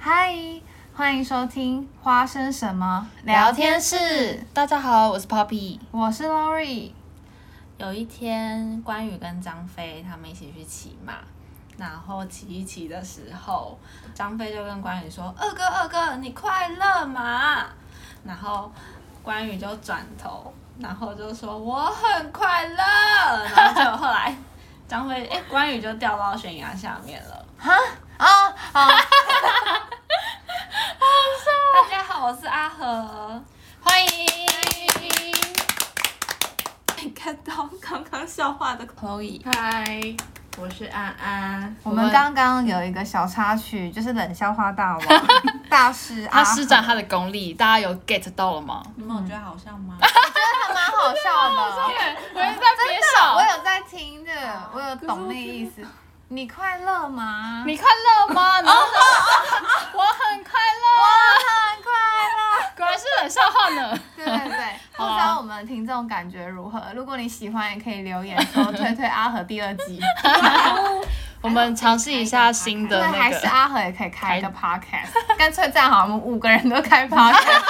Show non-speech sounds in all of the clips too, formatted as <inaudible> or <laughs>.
嗨，欢迎收听《花生什么聊天室，大家好，我是 Poppy。》，我是 Lori。有一天，关羽跟张飞他们一起去骑马，然后骑一骑的时候，张飞就跟关羽说：“二哥，二哥，你快乐嘛？”然后关羽就转头，然后就说：“我很快乐。”然后结果后来张飞哎、关羽就掉到悬崖下面了。哈啊啊！大家好，我是阿和。欢迎。你哎看到刚刚笑话的 Chloe，嗨，我是安安。我们刚刚有一个小插曲，就是冷笑话大王 <laughs> 大师阿他和施展他的功力，大家有 get 到了吗？你们有嗯觉得好笑吗？真的哎蛮好笑的。我也在憋我有在听的，我有懂那意思。你快乐吗？你快乐 <laughs> 吗？然后说我很快乐，很 <laughs> 快乐。果然是冷笑话呢。对对对，不知道我们听众感觉如何？如果你喜欢，也可以留言 <laughs> 说推推阿和第二季。我们尝试一下新的对，哎那还是个，阿和也可以开一个 podcast，干 <laughs> 脆这样好，我们五个人都 <laughs> 开 podcast，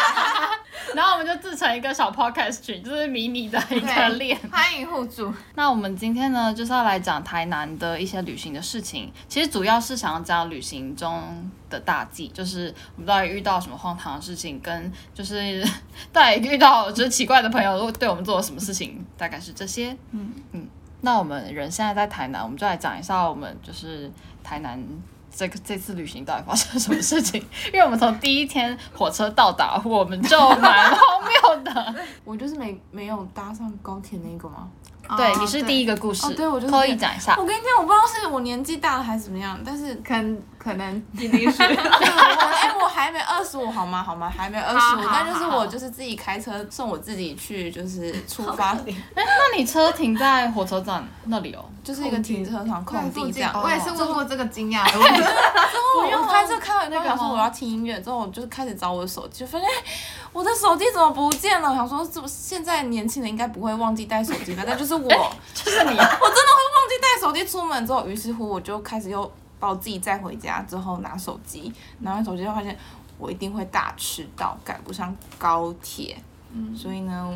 然后我们就自成一个小 podcast 群，就是迷你的一个链。欢迎互助。那我们今天呢，就是要来讲台南的一些旅行的事情。其实主要是想要讲旅行中的大忌，就是我们到底遇到什么荒唐的事情，跟就是 <laughs> 到底遇到就是奇怪的朋友对我们做了什么事情，大概是这些。嗯嗯。那我们人现在在台南，我们就来讲一下我们就是台南。这个这次旅行到底发生了什么事情？ <laughs> 因为我们从第一天火车到达，我们就蛮荒谬 <laughs> 的。 <laughs> 我就是没没有搭上高铁那个吗？对，哦你是第一，个故事，哦对我就是可以讲一下。我跟你讲，我不知道是我年纪大了还是怎么样，但是可能可能一 <laughs> 定是。对我哎、我还没二十五，好吗？好吗？还没二十五好，好但就是好我就是自己开车送我自己去，就是出发，那你车停在火车站 <laughs> 那里哦？就是一个停车场空地这样。哦我也是问过这个惊讶的问题，之后我开车开完那那个，个说吗我要听音乐，之后我就开始找我的手机，就发现哎我的手机怎么不见了？我想说，是不是现在年轻人应该不会忘记带手机吧？但就是我，就是你，啊我真的会忘记带手机出门之后，于是乎我就开始又把我自己载回家之后拿手机，拿完手机就发现我一定会大迟到，赶不上高铁。嗯，所以呢，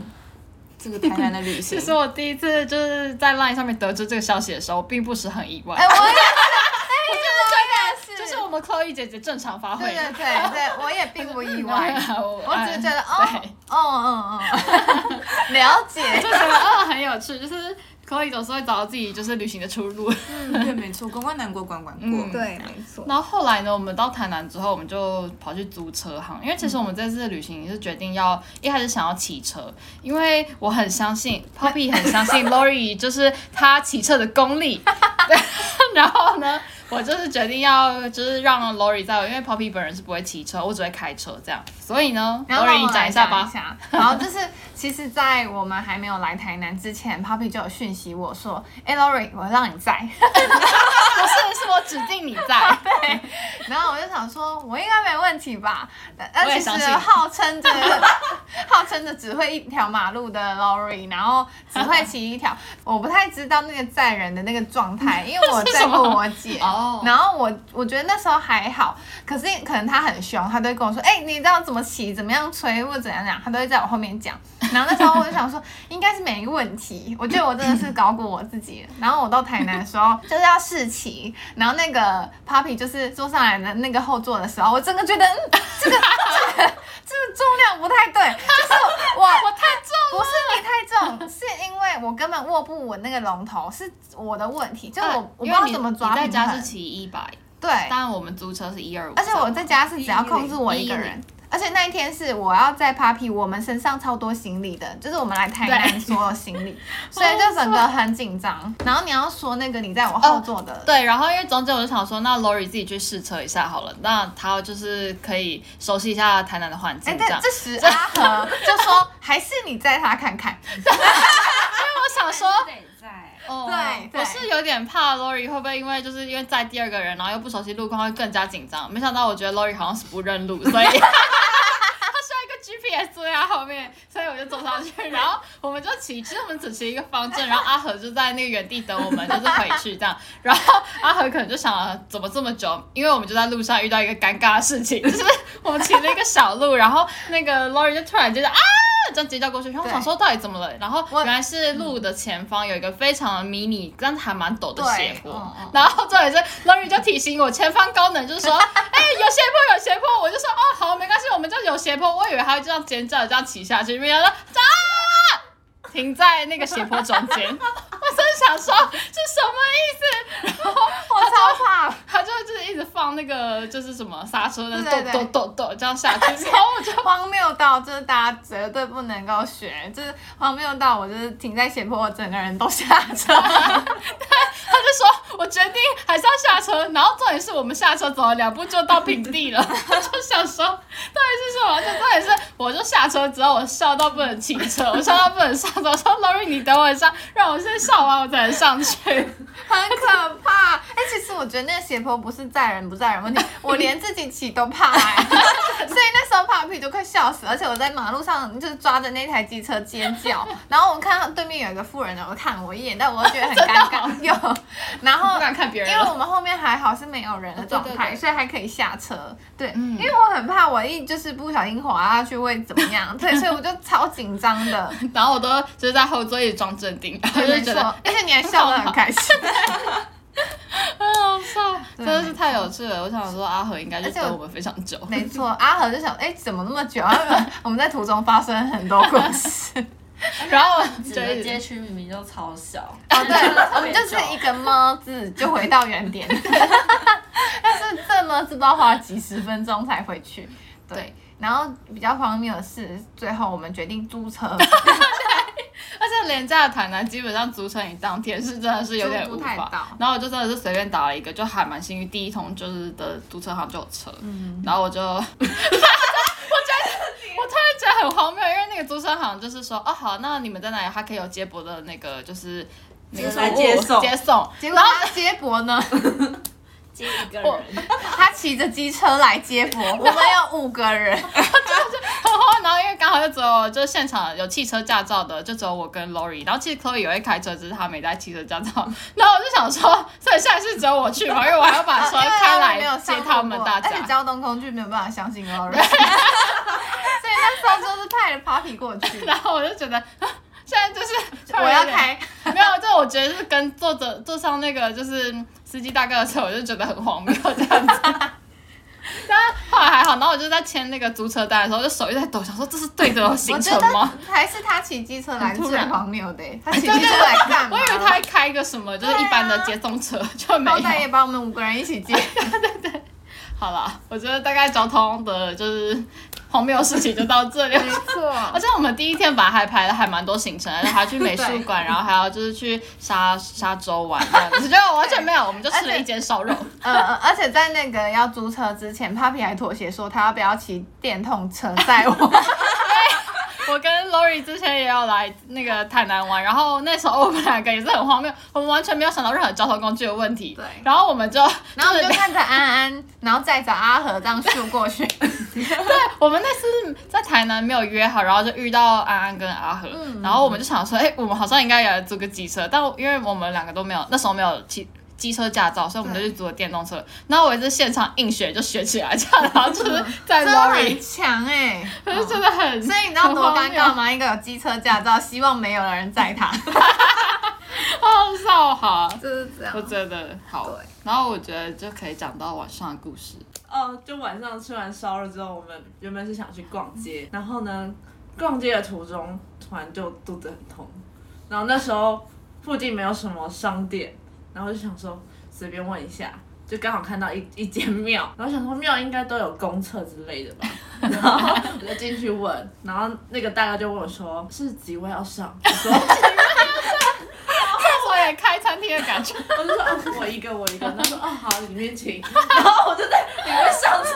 这个台南的旅行 <laughs> 其，实我第一次就是在 LINE 上面得知这个消息的时候，我并不是很意外。 <laughs> 哎，我也 <laughs> 是，哎，我也是，就是我们 Chloe 姐姐正常发挥，啊对 <laughs> 对对对，我也并不意 <laughs> 外，我我只是觉得哦哎 <laughs> 对，哦哦哦，嗯了解就。觉得 <laughs> 哦很有趣，就是 Chloe 总是会找到自己就是旅行的出路。对，嗯没错，关关难过关关过。嗯对，没错。然后后来呢，我们到台南之后，我们就跑去租车行，因为其实我们这次的旅行是决定要一开始想要骑车，因为我很相信 <laughs> Poppy 很相信 Lori，就是他骑车的功力。对，然后呢，我就是决定要就是让 Lori 载我，因为 Poppy 本人是不会骑车，我只会开车这样。所以呢然后让，Lori 我你来讲一下吧。 <laughs> 下。然后就是，其实，在我们还没有来台南之前，Papi 就有讯息我说：“哎、l a u r i 我让你在。不哦是，是我指定你 <laughs> 在。”然后我就想说，我应该没问题吧？但但我也其实相信号称着 <laughs> 号称着只会一条马路的 l a u r i 然后只会骑一条，我不太知道那个载人的那个状态，因为我 <laughs> 是载什么过我姐。 <laughs> 哦然后我我觉得那时候还好，可是可能他很凶，他都会跟我说，哎、你知道怎么骑，怎么样吹，或者怎样怎样，他都会在我后面讲。然后那时候我就想说， <laughs> 应该是没问题，我觉得我真的是搞过我自己了。然后我到台南的时候 <laughs> 就是要试骑，然后那个 Papi 就是坐上来的那个后座的时候，我真的觉得，嗯，这个这个这个重量不太对，就是我我太重，不是你太重， <laughs> 是因为我根本握不稳那个龙头，是我的问题，就我、我不知啊因为道你怎么抓你在平家是衡。骑一百，对，但我们租车是一二五。而且我在家是只要控制我一个人。而且那一天是我要在 Papi，我们身上超多行李的，就是我们来台南对所有行 <laughs> 李，所以就整个很紧张。然后你要说那个你在我后座的，对，然后因为中间我就想说，那 Lori 自己去试车一下好了，那他就是可以熟悉一下台南的环境哎，这样。但这时阿 <laughs> 和就说还是你载他看看，因为我想说，得在。哦，对对我是有点怕 Lori 会不会因为就是因为载第二个人，然后又不熟悉路况会更加紧张。没想到我觉得 Lori 好像是不认路，所以他需要一个也坐在他后面，所以我就坐上去，然后我们就骑，其实我们只骑一个方阵，然后阿和就在那个原地等我们，就是回去这样。然后阿和可能就想了怎么这么久，因为我们就在路上遇到一个尴尬的事情， <laughs> 就是我们骑了一个小路，然后那个 Lori 就突然间就啊。这样直接叫过去，然后我想说到底怎么了，然后原来是路的前方有一个非常迷你，但是还蛮陡的斜对坡，嗯嗯然后重点是 Lori 就提醒我，前方高能就是 <laughs> 说，哎、有斜坡有斜坡，我就说哦好没关系，我们就有斜坡，我以为他会这样尖叫这样骑下去，没想到啊停在那个斜坡中 <laughs> 间，我真的想说是什么意思，我超怕，他就就是一直放那个就是什么刹车的对对抖抖对抖抖这样下去，然后我就荒谬到就是大家绝对不能够学，就是荒谬到我就是停在斜坡，我整个人都下 <laughs> 车。 <laughs> 他就说：“我决定还是要下车。”然后重点是我们下车走了两步就到平 <laughs> 地了，我就想说到底是什么？就重点是我就下车之后，我笑到不能骑车，我笑到不能上车。我说：“Lori，你等我一下，让我先笑完我才能 <laughs> 上去。很可怕。哎、其实我觉得那个斜坡不是载人不载人问题，我连自己骑都怕、哎 <laughs> 所以那时候 Papi 就快笑死，而且我在马路上就是抓着那台机车尖叫，然后我看到对面有一个富人，然后看我一眼，但我又觉得很尴尬， <laughs> 有，然”不 <laughs> 后。敢看别人因为了。我们后面还好是没有人的状态，对对对所以还可以下车。对，嗯因为我很怕我一就是不小心滑下去会怎么样，对，所以我就超紧张的。然后我都就是在后座一直装镇定，然 <laughs> 后就没觉错得，啊而且你还笑得很开心。哎好笑，对真的是太有趣了。我想说阿和应该就而且等我我们非常久。没错，阿和就想，哎、怎么那么久？然后 <laughs> 我们在途中发生很多故事。然后整就个一街直区明明就超小， <laughs> 哦，对， <laughs> 我们就是一个么字就回到原 <laughs> 点，但是这么字不知道花了几十分钟才回去。对，对然后比较荒谬的是，最后我们决定租车，而且廉价的台南基本上租车你当天是真的是有点租无不太法到，然后我就真的是随便打了一个，就还蛮幸运，第一通就是的租车行就有车，嗯然后我 <laughs> 就。我觉得我突然觉得很荒谬，因为那个租车行就是说，哦好，那你们在哪里？他可以有接驳的那个，就是那个就是来接送接送。 <laughs> 结果他接驳 <laughs> 呢，接一个我人。他骑着机车来接驳，我们有五个人，然后因为刚好就只有就是现场有汽车驾照的，就只有我跟 Lori。然后其实 Chloe 也会开车，只是她没带汽车驾照。然后我就想说，所以现在是只有我去嘛，因为我还要把车啊因为开们来没有上接路他们过大而且家。交通工具没有办法相 <laughs> 信 Lori，所以那时候就是派了 Papi 过去，然后我就觉得，啊现在就是我要，开。没有，就我觉得是跟坐着坐上那个就是司机大哥的车，我就觉得很荒谬这样子。但后来还好，然后我就在签那个租车单的时候，就手一直在抖，想说这是对的我行觉程得吗？还是他骑机车来很是突最然哎荒谬的欸、他骑机车来干我嘛？以为他会开一个什么，就是一般的接送车，就没啊好有。歹也把我们五个人一起接。好了，我觉得大概交通的就是荒谬的事情就到 <laughs> 这里。错，而且我们第一天本来还排了还蛮多行程，还去美术馆，然后还要就是去沙沙洲玩这样子，结果完全没有，我们就吃了一间烧 <laughs> 肉。嗯嗯，而且在那个要租车之前，Papi 还妥协说他要不要骑电动车载 <laughs> 我。我跟 Lori 之前也有来那个台南玩，然后那时候我们两个也是很荒谬，我们完全没有想到任何交通工具的问题。对然后我们就，然后我们就就是看着安安，然后再找阿和这样秀过 <laughs> 去。我们那次在台南没有约好，然后就遇到安安跟阿和，嗯然后我们就想说，哎、我们好像应该也来租个机车，但因为我们两个都没有，那时候没有骑。机车驾照，所以我们就去租了电动嗯车。然后我也是现场硬学，就学起来这样，然后就是在真的 Lori， <laughs> 很强哎、可是真的很，所以你知道多尴很荒尬谬？吗？一个有机车驾照，希望没有人载他，好笑哈，就是这样 <laughs> 我觉得好对。然后我觉得就可以讲到晚上的 <laughs> 故事。哦，就晚上吃完烧肉之后，我们原本是想去逛街，然后呢，逛街的途中突然就肚子很痛，然后那时候附近没有什么商店，然后就想说随便问一下，就刚好看到一一间庙，然后想说庙应该都有公厕之类 <laughs> 的吧，然后我就进去问，然后那个大哥就问我说是几位要上，我说 <laughs> 我也开餐厅的 <laughs> 感觉，我就说哦我一个我一个，他说哦好里面请， <laughs> 然后我就在里面上厕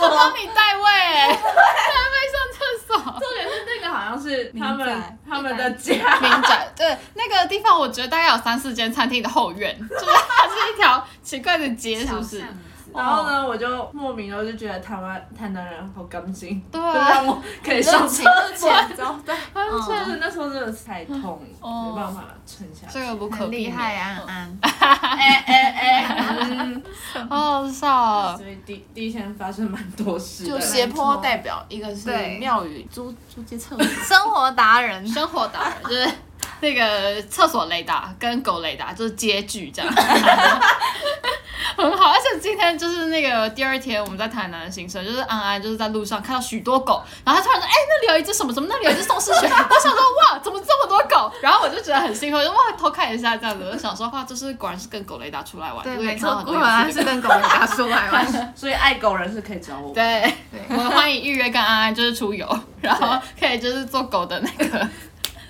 我帮你代位， <laughs> 代位上厕所。重点是那个好像是他民宅们他们的 <laughs> 家，民宅，对，那个地方我觉得大概有三四间餐厅的后院，就是它是一条奇怪的街，是不是？死。 <laughs> 然后呢，我就莫名的就觉得台湾台南人好刚性，对就啊，让我可以上车前， <laughs> 对，完就全是那时候真的太痛，哦没办法撑下去这。个不可很避厉免害，啊安安。哎哎哎，嗯好好笑哦。所以第第一天发生蛮多事就的，斜坡代表，一个是对庙宇租租借厕所，生活达人，生活达人就是那个厕所雷达跟狗雷达就是接 <laughs> 剧这样，很好。而且今天就是那个第二天我们在台南的行程，就是安安就是在路上看到许多狗，然后他突然说：“哎、那里有一只什么什么，那里有一只宋氏犬。”我想说：“哇，怎么这么多狗？”然后我就觉得很兴奋，我就哇偷看一下这样子，我就想说：“哇，就是果然是跟狗雷达出来玩，对，就是可以没看到错，很果多有趣然的是跟狗们打出来玩。所以爱狗人是可以找我。对，对我们欢迎预约跟安安就是出游，然后可以就是做狗的那个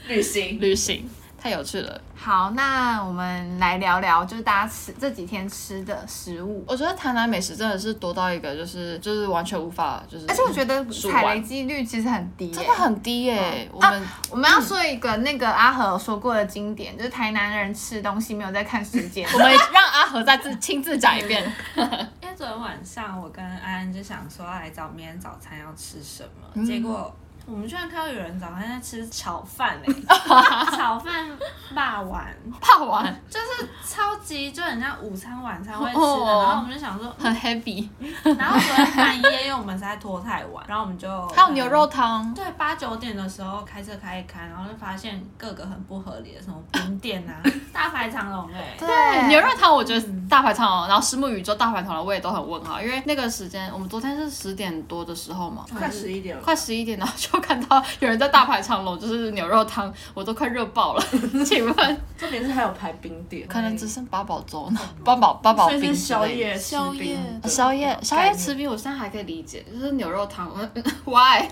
旅行，旅行，太有趣了。好，那我们来聊聊，就是大家吃这几天吃的食物。我觉得台南美食真的是多到一个，就是就是完全无法，就是而且我觉得数踩雷完几率其实很低、耶真的很低耶、我们、我们要说一个那个阿和说过的经典，就是台南人吃东西没有在看时间。我们让阿和再自亲自讲一遍，因为昨天晚上我跟安安就想说要来找明天早餐要吃什么，嗯结果我们居然看到有人早餐在吃炒饭哎、 <laughs> 炒饭霸碗，怕完就是超级就很像午餐晚餐会吃的，哦然后我们就想说，嗯很 heavy，然后昨天半夜因为我们实在拖太晚，然后我们就还有牛肉。汤，对，八九点的时候开车开一开，然后就发现各个很不合理的，什么冰店 <laughs> 啊、大排长龙哎、对牛肉汤，我觉得大排长龙，然后石木宇宙大排长龙我也都很问号，因为那个时间我们昨天是十点多的时候嘛，快十一点了，快十一点，然后就看到有人在大排长龙，就是牛肉汤，我都快热爆了。 <laughs> 请问，重点是还有排冰店，可能只剩八宝粥呢？ <laughs> 八宝八宝所以冰是之宵类的夜吃宵冰夜的啊宵夜宵夜概念吃冰，我现在还可以理解，就是牛肉汤 <laughs> 嗯嗯，why？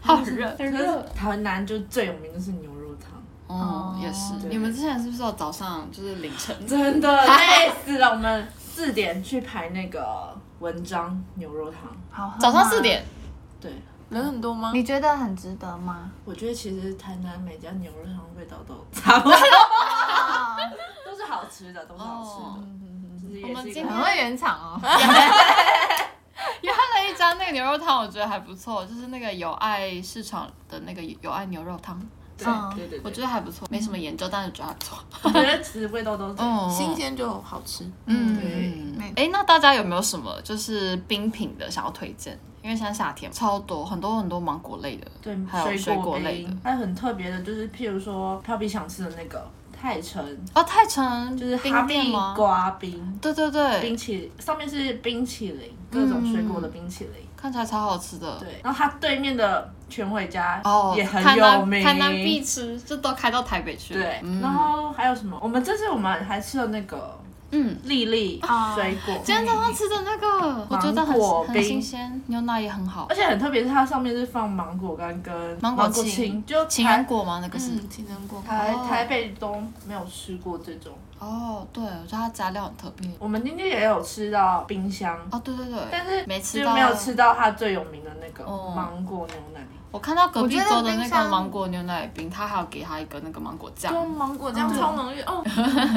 好 <laughs> 热，很可是。台南就最有名的是牛肉汤，哦，也是。对你们之前是不是有早上就是凌晨？真的累死了。我们四点去排那个文章牛肉汤，好喝吗早上四， <laughs> 点，对人很多吗？你觉得很值得吗？我觉得其实台南每家牛肉汤味道都差不多， <laughs> 都是好吃的，都是好吃的。其实也是一哦个我们今天很会圆场哦。啊也喝了一家那个牛肉汤，我觉得还不错，就是那个友爱市场的那个友爱牛肉汤，嗯对对对，我觉得还不错，没什么研究，但是觉得还不错。我觉得其实味道都是哦新鲜就好吃。嗯，哎、那大家有没有什么就是冰品的想要推荐？因为现在夏天超多，很多很多芒果类的，对还有水果冰类的。还有很特别的，就是譬如说飘比想吃的那个泰城，哦，太城就是哈冰店密吗？瓜冰。对对对，冰淇上面是冰淇淋，各种水嗯果的冰淇淋。看起来超好吃的。对，然后它对面的全伟家哦，也很台有南名。台南必吃，就都开到台北去了。对，嗯然后还有什么？我们这次我们还吃了那个嗯，丽丽哦水果，今天早上吃的那个，我觉得芒果很很冰新鲜，牛奶也很好而。且很特别，是它上面是放芒果干跟芒果果青青，就情人台果吗？那个是？嗯，情人果台哦台北都没有吃过这种。哦，对，我觉得它加料很特别。我们今天也有吃到冰箱，哦，对对对，但是没吃就到没有吃到它最有名的那个哦芒果牛奶。我看到隔壁我觉得桌的冰那个箱芒果牛奶冰，他还有给他一个那个芒果酱，就芒果酱嗯超浓郁哦。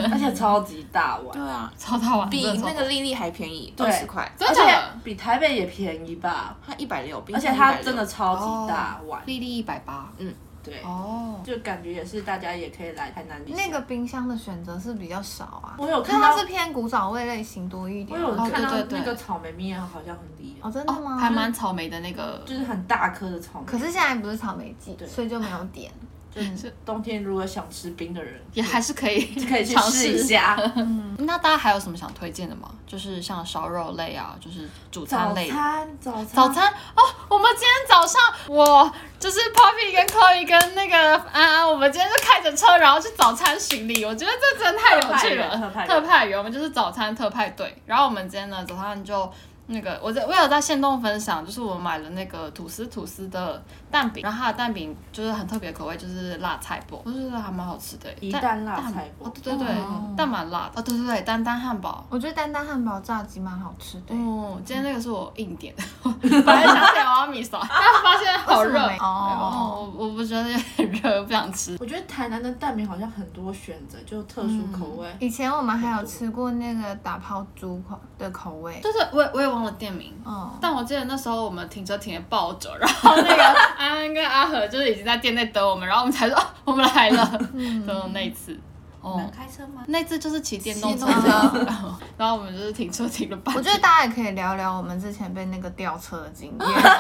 而且超级大碗对，啊，超大碗，比真的超那大个丽丽还便宜，对二十块，真的假的？比台北也便宜吧，它一百六，而且它真的超级大碗，粒哦粒一百八，对，哦，就感觉也是大家也可以来台南旅行。那个冰箱的选择是比较少啊，我有那看到它，是偏古早味类型多一我点吗。有看到哦对对对那个草莓面好像很厉害，哦，真的哦吗？，还蛮草莓的那个，就是很大颗的草莓。可是现在不是草莓季对，所以就没有 <laughs> 点。就是冬天如果想吃冰的人，也还是可以可以去尝试试一。 <laughs> 下。那大家还有什么想推荐的吗？就是像烧肉类啊，就是主餐早类的。餐，啊早餐，早餐哦，我们今天早上我就是 Poppy 跟 Chloe 跟那个安安，我们今天就开着车，然后去早餐巡礼，我觉得这真的太有趣了。特派员特派员员我们就是早餐特派队。然后我们今天呢，早上就那个我在我有在线动分享，就是我买了那个吐司吐司的蛋饼，然后它的蛋饼就是很特别的口味，就是辣菜脯，我就觉得还蛮好吃的。欸一蛋蛋辣菜嗯脯哦，对对对，蛋蛮辣的。哦，对对对，丹丹汉堡。我觉得丹丹汉堡炸鸡蛮好吃的。哦，今天那个是我硬 <laughs> 点，本来想起来我要米 <laughs> 烧，但发现好为热什么没哦哦，我我不觉得有点热，不想吃。我觉得台南的蛋饼好像很多选择，就特殊嗯口味。以前我们还有吃过那个打抛猪口的口味，就是我也我也忘了店名，嗯，但我记得那时候我们停车停的爆久，然后那 <laughs> 个安安跟阿和就是已经在店内等我们，然后我们才说、哦、我们来了，就那一次。哦能，开车吗？那次就是骑电动车，骑电动然后 <laughs> 然后我们就是停车停了半我天。觉得大家也可以聊聊我们之前被那个吊车的经验。太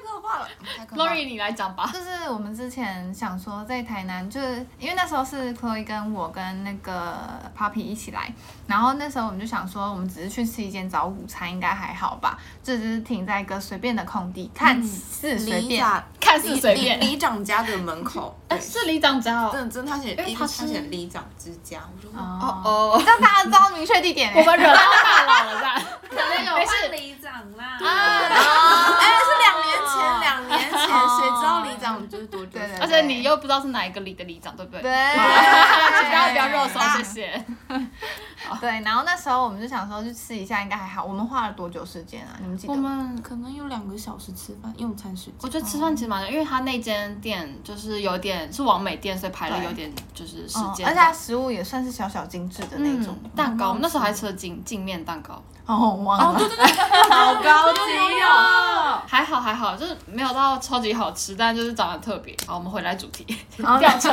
可怕了。 Lori 你来讲吧， <laughs> 就是我们之前想说在台南，就是因为那时候是 Chloe 跟我跟那个 Poppy 一起来，然后那时候我们就想说，我们只是去吃一间早午餐，应该还好吧？就只是停在一个随便的空地，看似随李嗯便，长，看似随便李李长家的门口，哎，是李长家哦，真的真的，他写因为一他他是写李长之家，我就问哦哦，哦，让大家知道明确地点、欸。我们惹到大佬 <laughs> 了，这样。可能有换里长啦。啊哎，是两年前，两年前，谁知道李长就是多久对对前？而且你又不知道是哪一个里的里长，对不对？对，大家不要肉搜，谢谢。对，然后那时候我们就想说去吃一下，应该还好。我们花了多久时间啊？你们记得我吗？们可能有两个小时吃饭用餐时我间。觉得吃饭其实蛮难，因为他那间店就是有点是完美店，所以排了对有点就是时嗯间、而且它食物也算是小小精致的那种。嗯蛋糕，我们那时候还吃了镜镜面蛋糕，哦，我忘了。哦，对对对，好高级哦！还好还好，就是没有到超级好吃，但就是长得特别。好，我们回来主题， <laughs> 后吊车。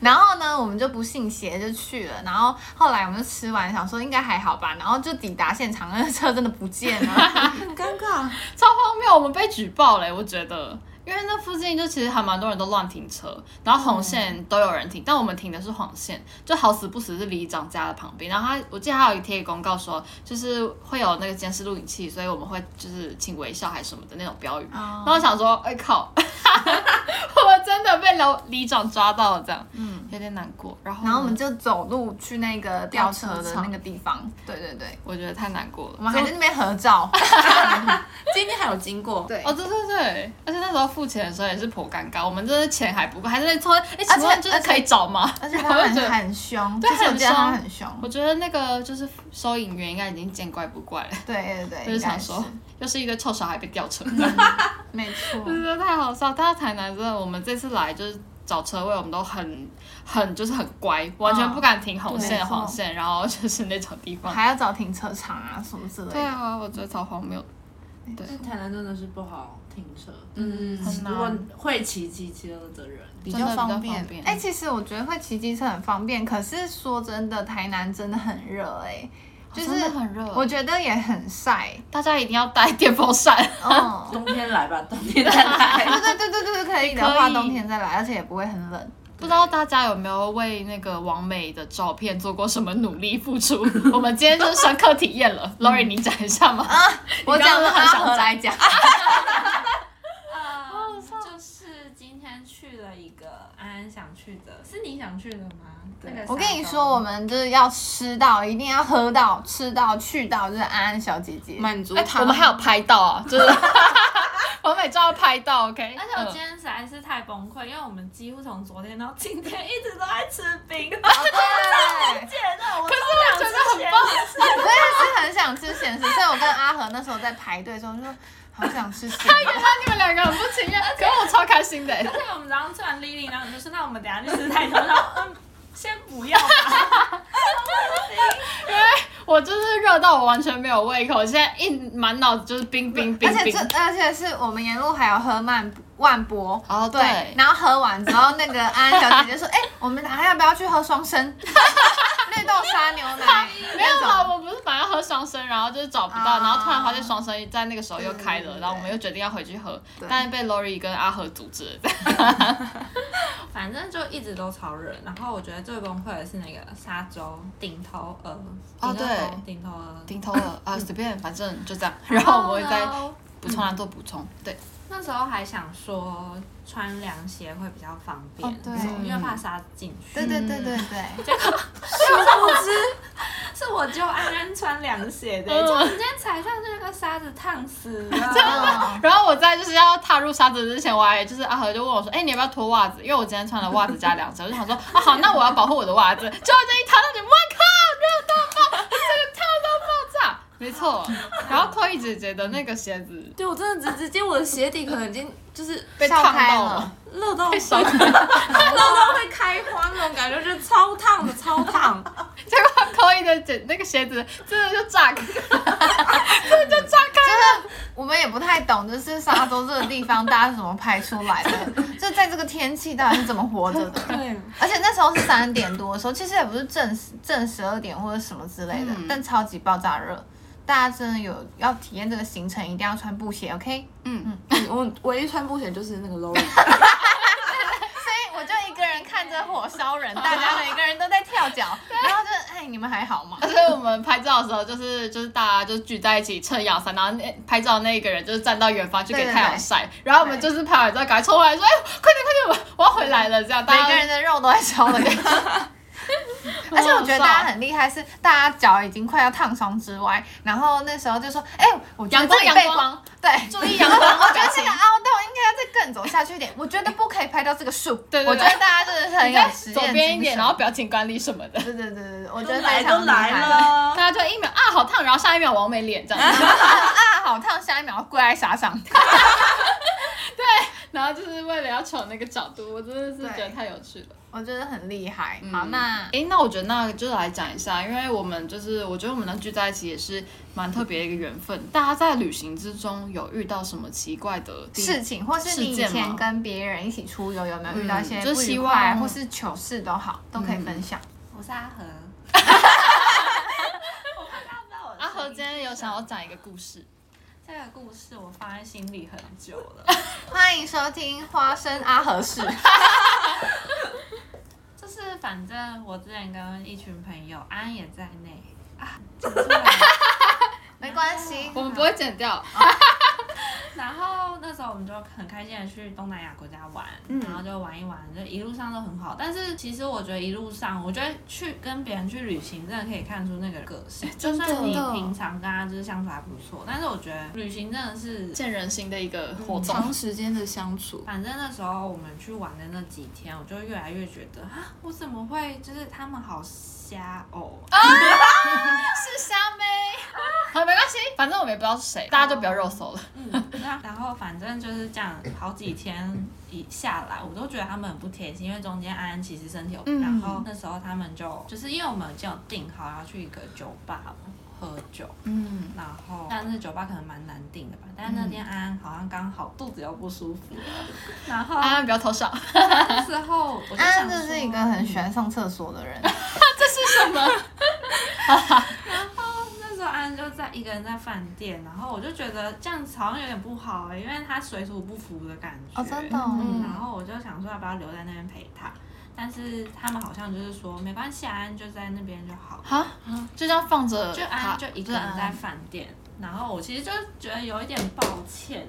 然后呢，我们就不信邪就去了。然后后来我们就吃完，想说应该还好吧。然后就抵达现场，那个车真的不见 <laughs> 了。很尴尬，超荒谬，我们被举报嘞、我觉得。因为那附近就其实还蛮多人都乱停车，然后红线嗯都有人停，但我们停的是黄线，就好死不死是里长家的旁边。然后他我记得他有贴公告说，就是会有那个监视录影器，所以我们会就是请微笑还是什么的那种标语。哦然后我想说，哎、靠， <laughs> 我们真的被楼里长抓到了，这样，嗯，有点难过。然后呢，然后我们就走路去那个吊车的那个地方。对对对，我觉得太难过了。我们还在那边合照。今天还有经过，对哦，对对对，而且那时候付钱的时候也是颇尴尬，我们真的钱还不够，还在那凑，哎，请问就是可以找吗？而且然他后我们 <laughs> 就觉得，很凶，对就是我觉得他很很凶。我觉得那个就是收银员应该已经见怪不怪了，对对对，就是应该想是说又是一堆臭小孩被吊车，没错。 <laughs> 真的太好笑。但是台南真的，我们这次来就是。找车位，我们都很很就是很乖，完全不敢停红嗯线、对黄线，然后就是那种地方。还要找停车场啊什么之类对的。啊，我觉得超荒谬的。但台南真的是不好停车，嗯，很如果难，会骑机车的人，比真的较比较方方便。便。哎、其实我觉得会骑机车很方便，可是说真的，台南真的很热哎、就是哦真的很热我觉得也很晒。大家一定要带电风扇。 <laughs> 嗯，冬天来吧，冬天再来。啊对对对对对，可以的可话，以冬天再来，而且也不会很冷。不知道大家有没有为那个王美的照片做过什么努力付出？ <laughs> 我们今天就是深刻体验了。Lori，你嗯讲一下吗？我刚刚讲了很阿想和讲来讲，哦呃，就是今天去了一个安安想去的，是你想去的吗？那个我跟你山东说，我们就是要吃到，一定要喝到，吃到去到，就是安安小姐姐。 <laughs> 满足哎、他，我们还有拍到啊，就是王美照拍到，OK。嗯而且我今天实在是太崩溃，因为我们几乎从昨天到今天一直都在吃冰糖，对，姐的，我超想吃甜的。我也是很想吃咸食，所以我跟阿和那时候在排队的时候就说，好想吃咸的。看到你们两个很不情愿，可是我超开心的、欸而且我们早上吃完 Lily，然后你就说那我们等一下去吃太多，然后嗯，先不要吧。我就是热到我完全没有胃口，我现在一满脑子就是冰冰 <laughs> 冰而且冰这，而且是我们沿路还有喝曼万博哦对对然后喝完之后，那个安安小姐 <laughs> 姐说：“哎、我们等下要不要去喝双生 <laughs> 绿豆沙牛奶？” <laughs> 没有那啦，种我不是本来要喝双生，然后就是找不到，啊然后突然发现双生在那个时候又开了，对然后我们又决定要回去喝，对但是被 Lori 跟阿和阻止了。反正就一直都超热，然后我觉得最崩溃的是那个沙洲顶头鹅，哦顶头鹅对顶头鹅。顶头了啊，随便，反正就这样。然后我会再呢补充来做补充。对，那时候还想说穿凉鞋会比较方便，哦对嗯因为怕沙进去。对对对对对，结果殊不知 <laughs> 是我就安安穿凉鞋的、嗯就直接踩上去那个沙子烫死 <laughs> 了。嗯然后我在就是要踏入沙子之前，我还 <laughs> 就是阿和就问我说：“哎、你要不要脱袜子？”因为我今天穿了袜子加凉鞋，我就想说：“啊好，那我要保护我的袜子。”结果这一踏上去，我靠，热到爆，这个烫到爆炸，没错。然后 Chloe 姐姐的那个鞋子对我真的直直接我的鞋底可能已经就是被笑烫开到了，热 <laughs> 到被烧开。热到会开花那种感觉，就是超烫的，超烫。结果 Chloe 的姐那个鞋子真的就炸开，真的就炸开。我们也不太懂，就是沙洲这个地方大家是怎么拍出来的，就在这个天气到底是怎么活着的。对，而且那时候是三点多的时候，其实也不是正十正十二点或者什么之类的，但超级爆炸热。大家真的有要体验这个行程，一定要穿布鞋，OK？嗯我唯一穿布鞋就是那个 low，所哎以我就一个人看着火烧人，大家每个人都在跳脚，然后就哎，你们还好吗？啊所以我们拍照的时候，就是就是大家就聚在一起撑阳伞，然后那拍照那一个人就是站到远方去给太阳晒，然后我们就是拍完之后赶快冲回来说：“哎，快点快点，我我要回来了！”这样大每家个人的肉都在烧的感觉。而且我觉得大家很厉害，是大家脚已经快要烫伤之外，然后那时候就说：“哎、我觉得阳光这里背阳光， <laughs> 对，注意阳光 <laughs> 我觉得感这情个。凹洞应该要再更走下去一点，我觉得不可以拍到这个树。对对对我觉得大家真的很你有在实左验边一精点，神。然后表情管理什么的，对对对对对，我觉都得来非都常厉害来。了，大家就一秒啊好烫，然后下一秒王美脸这样子， <laughs> 啊，好烫！下一秒跪在沙上。然后就是为了要瞅那个角度，我真的是觉得太有趣了。我觉得很厉害。好，那哎、那我觉得那就是来讲一下，因为我们就是我觉得我们能聚在一起也是蛮特别的一个缘分。大家在旅行之中有遇到什么奇怪的地事情，或是你以事件前吗跟别人一起出游，有没有遇到一些嗯就不愉希快，望嗯或是糗事都好，都可以分享。 <laughs> 我是阿 <laughs> 和。我怕大家不知道我的阿和声音今天有想要讲一个故事，这个故事，我放在心里很久 <laughs> 了。欢迎收听花生阿和事。就是反正我之前跟一群朋友，安安也在内 <laughs> 啊，讲出来了没关系，我们不会剪掉。然后那时候我们就很开心的去东南亚国家玩，然后就玩一玩，就一路上都很好。但是其实我觉得一路上，我觉得去跟别人去旅行，真的可以看出那个人个性。就算你平常跟他就是相处还不错，但是我觉得旅行真的是见人心的一个活动。长时间的相处，反正那时候我们去玩的那几天，我就越来越觉得啊，我怎么会就是他们好瞎哦，是虾妹， <laughs> 好，没关系，反正我们也不知道是谁，大家就不要肉搜了。嗯，那然后反正就是这样，好几天以下来，我都觉得他们很不贴心，因为中间安安其实身体有嗯病，然后那时候他们就就是因为我们已经有订好要去一个酒吧喝酒，嗯，然后但是酒吧可能蛮难订的吧，但是那天安安好像刚好肚子又不舒服了，嗯然后安安不要偷笑，那时候我就安想安说，就是一个很喜欢上厕所的人，这是什么？那时候安就在一个人在饭店，然后我就觉得这样子好像有点不好、欸，因为他水土不服的感觉。哦真的哦嗯然后我就想说要不要留在那边陪他，但是他们好像就是说没关系，啊安就在那边就好。哈，就这样放着嗯就他，安就一个人在饭店，然后我其实就觉得有一点抱歉，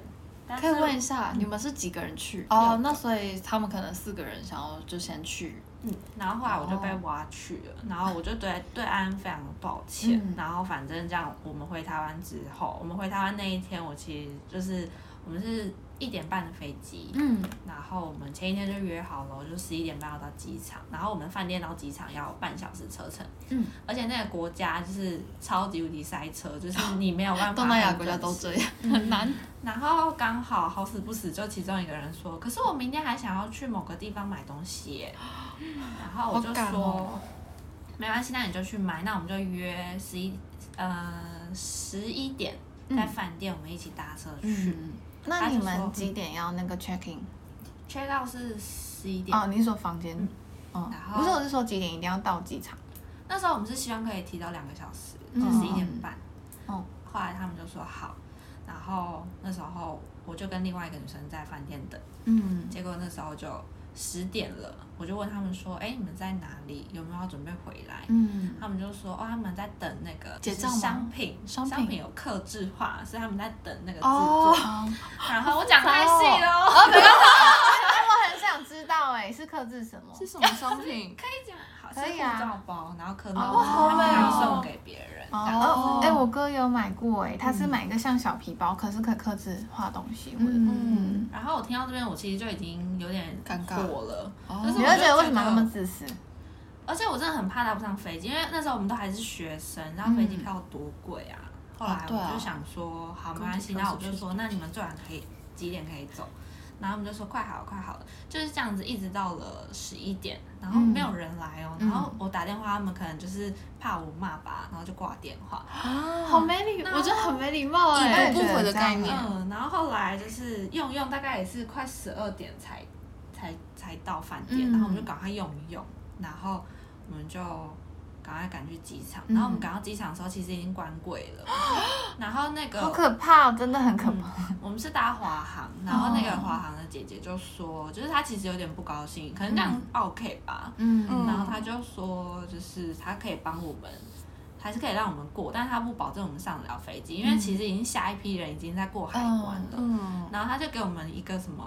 但可以问一是下，你们是几个人去？哦，那所以他们可能四个人想要就先去。嗯，然后后来我就被哦挖去了，然后我就对对安非常的抱歉。嗯然后反正这样，我们回台湾之后，我们回台湾那一天，我其实就是我们是一点半的飞机，嗯，然后我们前一天就约好了，就十一点半要到机场，然后我们饭店到机场要半小时车程，嗯，而且那个国家就是超级无敌塞车，就是你没有办法。东南亚国家都。这样，很难。然后刚好好死不死，就其中一个人说，可是我明天还想要去某个地方买东西耶， <gasps> 然后我就好赶说，哦没关系，那你就去买，那我们就约十一呃十一点在饭店，我们一起搭车去。嗯，那你们几点要那个 check in？ check out 是十一点，哦，你是说房间？哦然，后不是，我是说几点一定要到机场？那时候我们是希望可以提早两个小时，嗯就十一点半。哦嗯后来他们就说好，然后那时候我就跟另外一个女生在饭店等，嗯，结果那时候就十点了，我就问他们说，哎、你们在哪里？有没有要准备回来？ <laughs> 嗯，他们就说，哦，他们在等那个结账吗就是商品，商品有客制化，所以他们在等那个制作。哦，然后我讲太细了哦，哎，我很想知道，哎，是克制什么？是什么商品？可以讲好，可以啊是护照包，然后可能哦好美哦然后送给别人。这样哦，哎、我哥有买过哎、他是买一个像小皮包，可是可以刻字画东西。嗯，嗯，然后我听到这边，我其实就已经有点尴尬火了，哦就是你我会觉得为什么觉那么自私？而且我真的很怕搭不上飞机，因为那时候我们都还是学生，然后飞机票多贵啊。后来对啊我就想说，好，没关系，高铁那我票就说，那你们最晚可以几点可以走？然后我们就说快好了，快好了，就是这样子，一直到了十一点，然后没有人来哦。然后我打电话，他们可能就是怕我骂吧，然后就挂电话。好没礼，我觉得很没礼貌哎、已读不回的概念嗯，然后后来就是用用，大概也是快十二点才才才到饭店，嗯然后我们就赶快用一用，然后我们就赶快赶去机场，嗯然后我们赶到机场的时候，其实已经关柜 <gasps> 了，然后那好个可怕、哦，真的很可怕。哦我们是搭华航，然后那个华航的姐姐就说，就是她其实有点不高兴，可能这样 OK 吧，嗯嗯然后她就说，就是她可以帮我们。还是可以让我们过，但是她不保证我们上得了飞机，因为其实已经下一批人已经在过海关了。嗯，然后他就给我们一个什么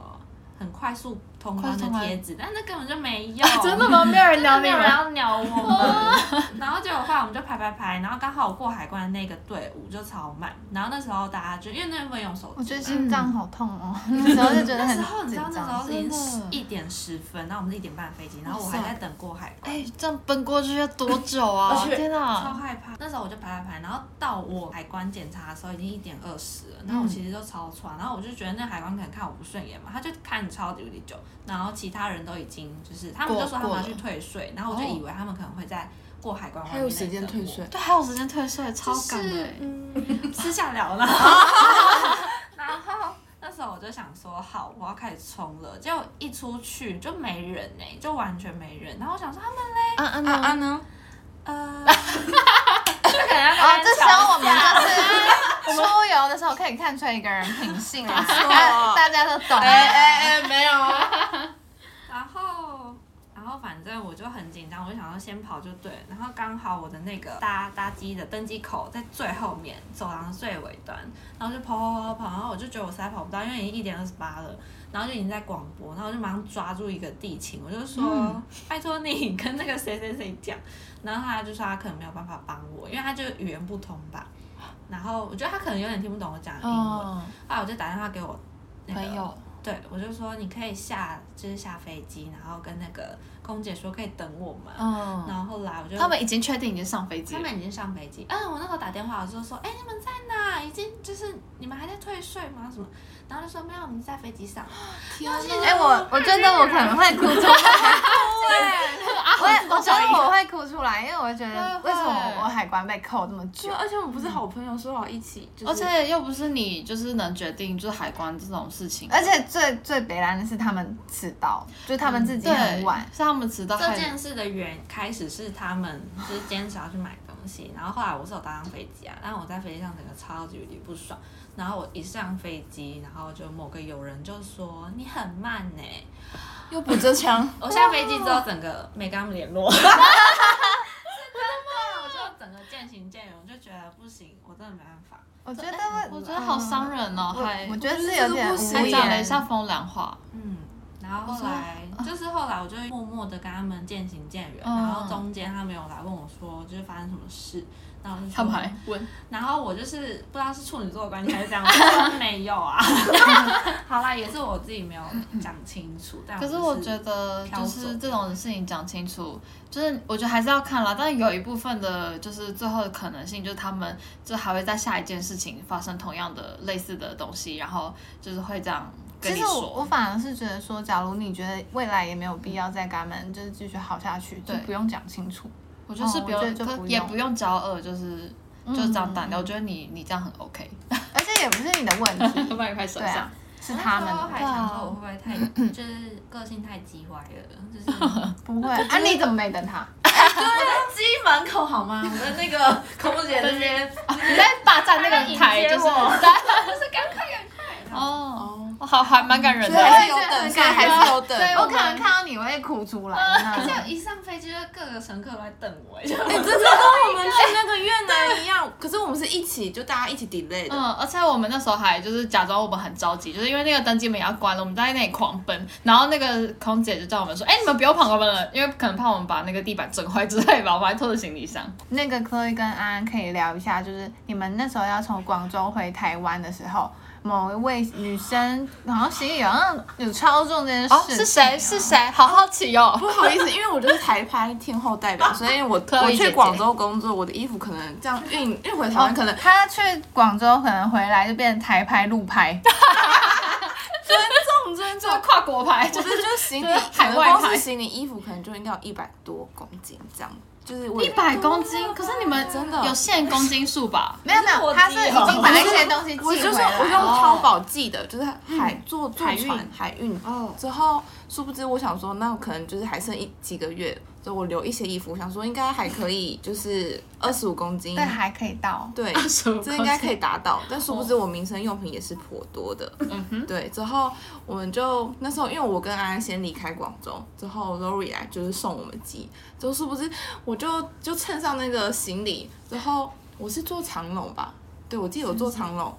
很快速通关的贴纸，但那根本就没用，真 <laughs> 的吗？没有人聊你没有人吗？要鸟我们。然后结果后来我们就排排排，然后刚好我过海关的那个队伍就超慢，然后那时候大家就因为那不能用手我觉机得嘛。嗯心脏好痛哦， <laughs> 那时候就觉得那时候很你知紧道那时张。哦候是已真的经一点十分，然后我们是一点半的飞机，然后我还在等过海关，哎，这样奔过去要多久啊？而且天超哪！害怕。那时候我就排排排，然后到我海关检查的时候已经一点二十了，然后我其实就超喘，然后我就觉得那海关可能看我不顺眼嘛，他就看超级无敌久，然后其他人都已经就是他们就说他们要去退税，然后我就以为他们可能会在过海关外还面有时间退 <laughs> 税，对，还有时间退税，超赶的是欸。嗯，私下聊了。然后那时候我就想说，好，我要开始冲了。结果一出去就没人呢、就完全没人。然后我想说他们安安安呢？安啊呢？ <laughs> 呃，这可能要哦跟他，这时瞧候我们就是 <laughs> 出游的时候可以看出一个人品性了，大家都懂。哎哎，没有啊，然后，然后反正我就很紧张，我就想要先跑就对了。然后刚好我的那个搭搭机的登机口在最后面，走廊的最尾端，然后就跑跑跑跑跑，然后我就觉得我实在跑不到，因为已经一点二十八了，然后就已经在广播，然后我就马上抓住一个地勤，我就说、嗯拜托你跟那个谁谁谁讲，然后他就说他啊可能没有办法帮我，因为他就语言不通吧。然后我觉得他可能有点听不懂我讲的英文，后嗯，来我就打电话给我、那个朋友，对，我就说你可以下，就是下飞机，然后跟那个空姐说可以等我们。嗯，然后后来我就他们已经确定已经上飞机哦他了，们已经上飞机，嗯，我那时候打电话我就说，哎、你们在哪？已经就是你们还在退税吗？什么？然后就说没有，我们在飞机上。哎，我我觉得我可能会哭出来， <laughs> 我也我觉得我会哭出来，因为我觉得为什么我海关被扣这么久对，？啊而且我们不是好朋友，说好一起，就而是且又不是你就是能决定就是海关这种事情，而且最最北兰的是他们迟到，就是他们自嗯己很晚。是他们迟到这害件事的原开始是他们就是坚持要去买东西，然后后来我是有搭上飞机啊，但我在飞机上整个超级无敌不爽。然后我一上飞机，然后就某个友人就说你很慢呢、又补 <laughs> 着枪，我下飞机之后，整个没跟他们联络。真的吗？我就整个渐行渐远，我就觉得不行，我真的没办法。我觉得会我觉得好伤人哦，嗯我还我觉得是有点无还言啊讲了一下风凉话，嗯，然后后来就是后来，我啊哦就默默的跟他们渐行渐远。嗯然后中间他们有来问我说，就是发生什么事，然后我就他说们还问，然后我就是不知道是处女座的关系还是这 <laughs> 样，我就说没有啊。 <laughs> 好啦，也是我自己没有讲清楚，但啊可是是我觉得飘就走是这种事情讲清楚，就是我觉得还是要看啦，但是有一部分的就是最后的可能性就是他们就还会在下一件事情发生同样的类似的东西，然后就是会这样跟其你实我我说，反而是觉得说，假如你觉得未来也没有必要再跟他们就是继续好下去，就对不用讲清楚。我就是哦我觉不用得就可不也用嗯不用骄傲，就是就是这样淡掉，我觉得你你这样很 OK，而且也不是你的问 <laughs> 题，就 <laughs> 帮你拍手对掌啊。，是他们那时候的还想说我会不会太就是个性太叽歪了， <laughs> 就是。不会啊？你怎么没等他？ <laughs> 机门口好吗？我的那 <laughs> 个空姐那边， <laughs> 你在霸占那个台，就是他在迎接我在，就是赶快赶快。哦，哦，我好还蛮感人所以还的。是有等，对啊所以还是有所以等。我可能看到你我会哭出来的那种。像一上飞机，就各个乘客都在瞪我，欸就哎，这就跟我们去那个越南一样，可是我们是一起，就大家一起 delay 的。嗯，而且我们那时候还就是假装我们很着急，就是因为那个登机门也要关了，我们在那里狂奔，然后那个空姐就叫我们说：“哎、你们不要跑我们了，因为可能怕我们把那个地板震坏之类吧。” <laughs> 我们还拖着行李箱。那个 Chloe 跟安安可以聊一下，就是你们那时候要从广州回台湾的时候，某一位女生好像行李好像有超重这件事、哦，<laughs> 是谁？是？谁？好好奇哦。不好意思，因为我就是台拍天后代表，所以我 <laughs> 特我意姐去姐广州工作，我的衣服可能这样运运回台哦湾，可能她去广州，可能回来就变成台拍、路拍， <laughs> 尊重尊这重个。跨国牌我就觉得就是 <laughs> 行李，就是海外可能光牌是行李衣服可能就应该有一百多公斤这样，就是我一百公斤，可是你们真的有限公斤数吧？没有没有，她是已经把一些东西我寄就是回我用来。淘宝寄的，就是海坐坐哦嗯海运船海运哦之后，殊不知我想说，那可能就是还剩一几个月，所以我留一些衣服，想说应该还可以，就是二十五公斤对，，还可以到。对，什么这应该可以达到，但殊不知我民生用品也是颇多的。嗯哼， <laughs> 对，之后我们就那时候，因为我跟安安先离开广州，之后 Lori 来就是送我们机，之后殊不知我就就乘上那个行李，之后我是坐长龙吧，对我记得我坐长龙，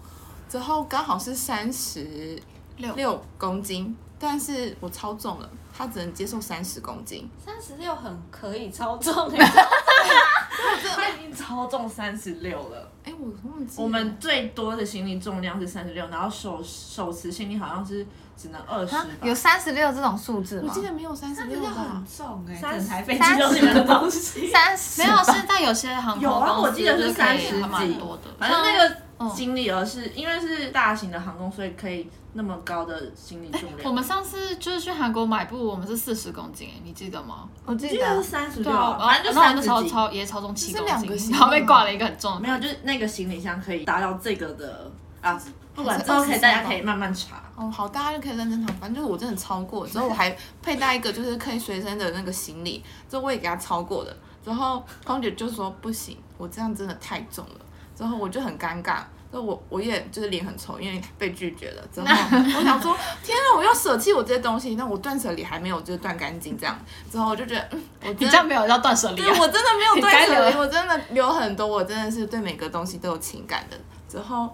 之后刚好是三十六六公斤，但是我超重了，他只能接受三十公斤，三十六很可以欸超重，你知道吗他已经超重三十六了。哎，我忘记了 <laughs> 我们最多的行李重量是三十六，然后手手持行李好像是只能二十啊，有三十六这种数字我吗记？得没有三十六吧？重哎三整十台飞机都是你的东西。三十没有，现在有些航空有啊，公我司记得就是可三以十还蛮几多的，，反正那嗯个行李额是因为是大型的航空，所以可以那么高的行李重量。我们上次就是去韩国买布，我们是四十公斤、哎，你记得吗？我记记得得是。三十对六，啊，哦反正就然后我那三时候十几。超也超重七这公是两个斤，行李然后被吗挂了一个很重的没有，就是那个行李箱可以达到这个的啊，不管还是之后可以23大家吧可以慢慢查。哦，好，大家就可以认真躺。反正就是我真的超过，之后我还佩戴一个就是可以随身的那个行李，之后我也给他超过的。之后空姐就说不行，我这样真的太重了。之后我就很尴尬，之后我我也就是脸很臭，因为被拒绝了。之后我想说，天啊，我要舍弃我这些东西，那我断舍离还没有就是断干净这样。之后我就觉得，嗯， <laughs> 我你真这的样没有要断舍离对哦啊？我真的 <laughs> 没有该断留舍离，我真的留很多，我真的是对每个东西都有情感的。之后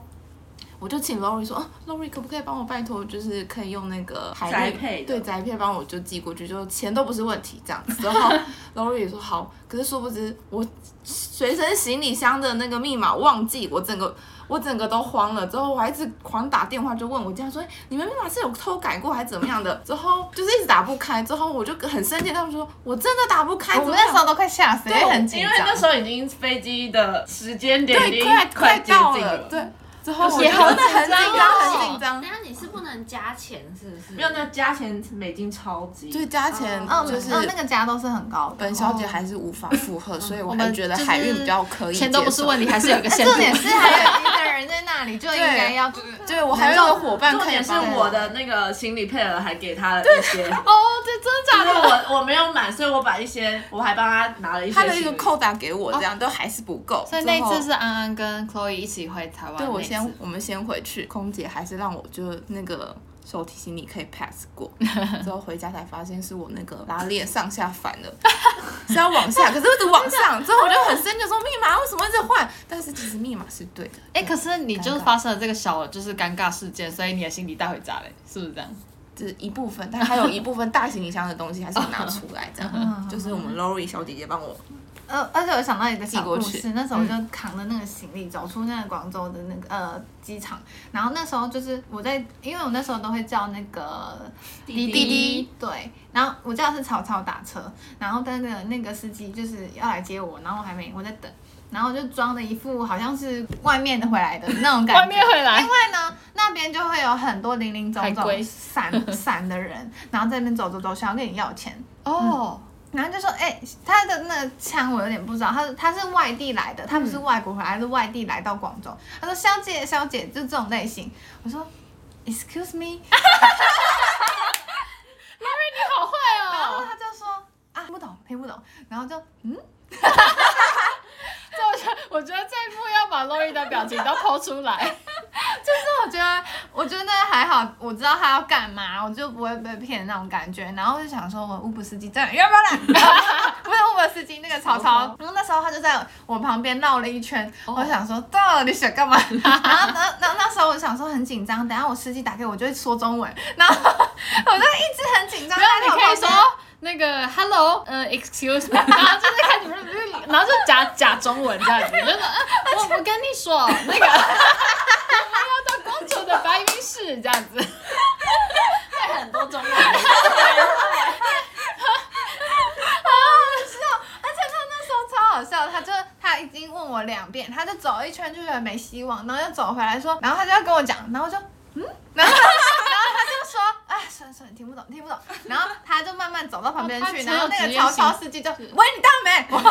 我就请 Lori 说、啊、，Lori 可不可以帮我拜托，就是可以用那个海宅运配的对宅配帮我就寄过去，就钱都不是问题这样子。然 <laughs> 后 Lori 也说好，可是殊不知我随身行李箱的那个密码忘记，我整个。我整个都慌了，之后我还一直狂打电话，就问我家人说：“哎你们密码是有偷改过还是怎么样的？”之后就是一直打不开，之后我就很生气，他们说：“我真的打不哦开。”我怎们么那样时候都快吓死，因为很紧因张为。那时候已经飞机的时间点已对，经快快接到近了，对。之后就是我也就好真的很紧张紧张，哦 <laughs> 很紧张等。一下你是不能加钱是不是？没有，那加钱美金超级，就是加钱哦嗯，就是嗯，那个家都是很高的。本小姐还是无法负荷，所以我哦们还觉得海运比较可以接受。 <laughs> 钱都不是问题，哎还是有一个限度。重点 <laughs> 是还有一个人在那里，就应该要对我还有一个伙伴重可以点是帮我我的那个行李配额还给他了一 <laughs> 些，哦，这真因为的假的？我我没有满，所以我把一些我还帮他拿了一些他行的李。一个扣打给我，这样都还是不够。所以那一次之是后。安安跟 Chloe 一起回台湾那一次。对，我先我们先回去，空姐还是让我就是那个手提行李可以 pass <laughs> 过，之后回家才发现是我那个拉链上下反了，是要往下，可是一直往上，之后我就很生气，说密码为什么一直换？但是其实密码是对的。哎，可是你就是发生了这个小就是尴尬事件，所以你的行李带回家嘞，是不是这样？这一部分，但还有一部分大行李箱的东西还是有拿出来，这样就是我们 Lori 小姐姐帮我，呃，而且我想到一个小故寄过事，那时候我就扛着那个行李走出那个广州的那个呃机场，然后那时候就是我在，因为我那时候都会叫那个滴滴滴，对，然后我叫的是曹操打车，然后那个那个司机就是要来接我，然后我还没我在等，然后我就装的一副好像是外面的回来的那种感觉， <laughs> 外面回来因，为呢，那边就会有很多零零总海总龟散散的人，然后在那边走走走，想要跟你要钱，哦，然后就说，哎、他的那个腔我有点不知道，他他是外地来的，他不是外国回来，他是外地来到广州。他说小姐小姐，就这种类型。我说，excuse me，你好 <laughs> 然后坏哦！他就说啊不懂听不懂，然后就嗯，这我觉得我觉得这一幕要把 Lori 的表情都抛出来。就是我觉得，我觉得还好，我知道他要干嘛，我就不会被骗那种感觉。然后我就想说，我 Uber 司机真的要 <laughs> 不要来？不是 Uber 司机，那个曹操。然后那时候他就在我旁边绕了一圈，我就想说到底想干嘛？ <laughs> 然后那那那时候我就想说很紧张，等一下我司机打给我就会说中文，然后 <laughs> 我就一直很紧张。 <laughs> 没有，他你在我可以旁边说那个 hello，呃，excuse me，然 <laughs> 后就是看你们，然后就假假中文这样子，就是、呃、我我跟你说，那 <laughs> 个我们要到公主的白云室这样子，会很多中文。而且他那时候超好笑，他就他已经问我两遍，他就走一圈就觉得没希望，然后又走回来说，然后他就要跟我讲，然后我就嗯，然后然后他就说，哎，算了算了，听不懂听不懂，然后他就慢慢走到旁边哦他去，只有然后那职个业曹操性司机就喂你到没？我我